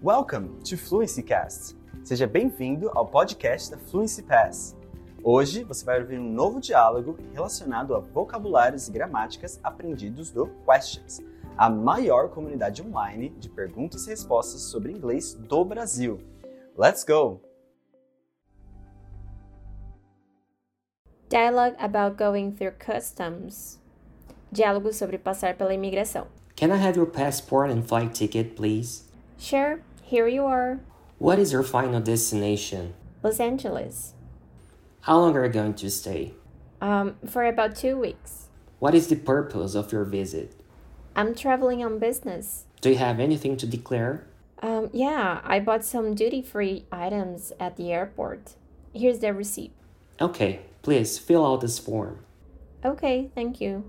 Welcome to Fluency Cast. Seja bem-vindo ao podcast da Fluency Pass. Hoje você vai ouvir um novo diálogo relacionado a vocabulários e gramáticas aprendidos do Questions, a maior comunidade online de perguntas e respostas sobre inglês do Brasil. Let's go! Dialogue about going through customs. Diálogo sobre passar pela imigração. Can I have your passport and flight ticket, please? Sure, here you are. What is your final destination? Los Angeles. How long are you going to stay? Um, for about two weeks. What is the purpose of your visit? I'm traveling on business. Do you have anything to declare? Um, yeah, I bought some duty free items at the airport. Here's the receipt. Okay, please fill out this form. Okay, thank you.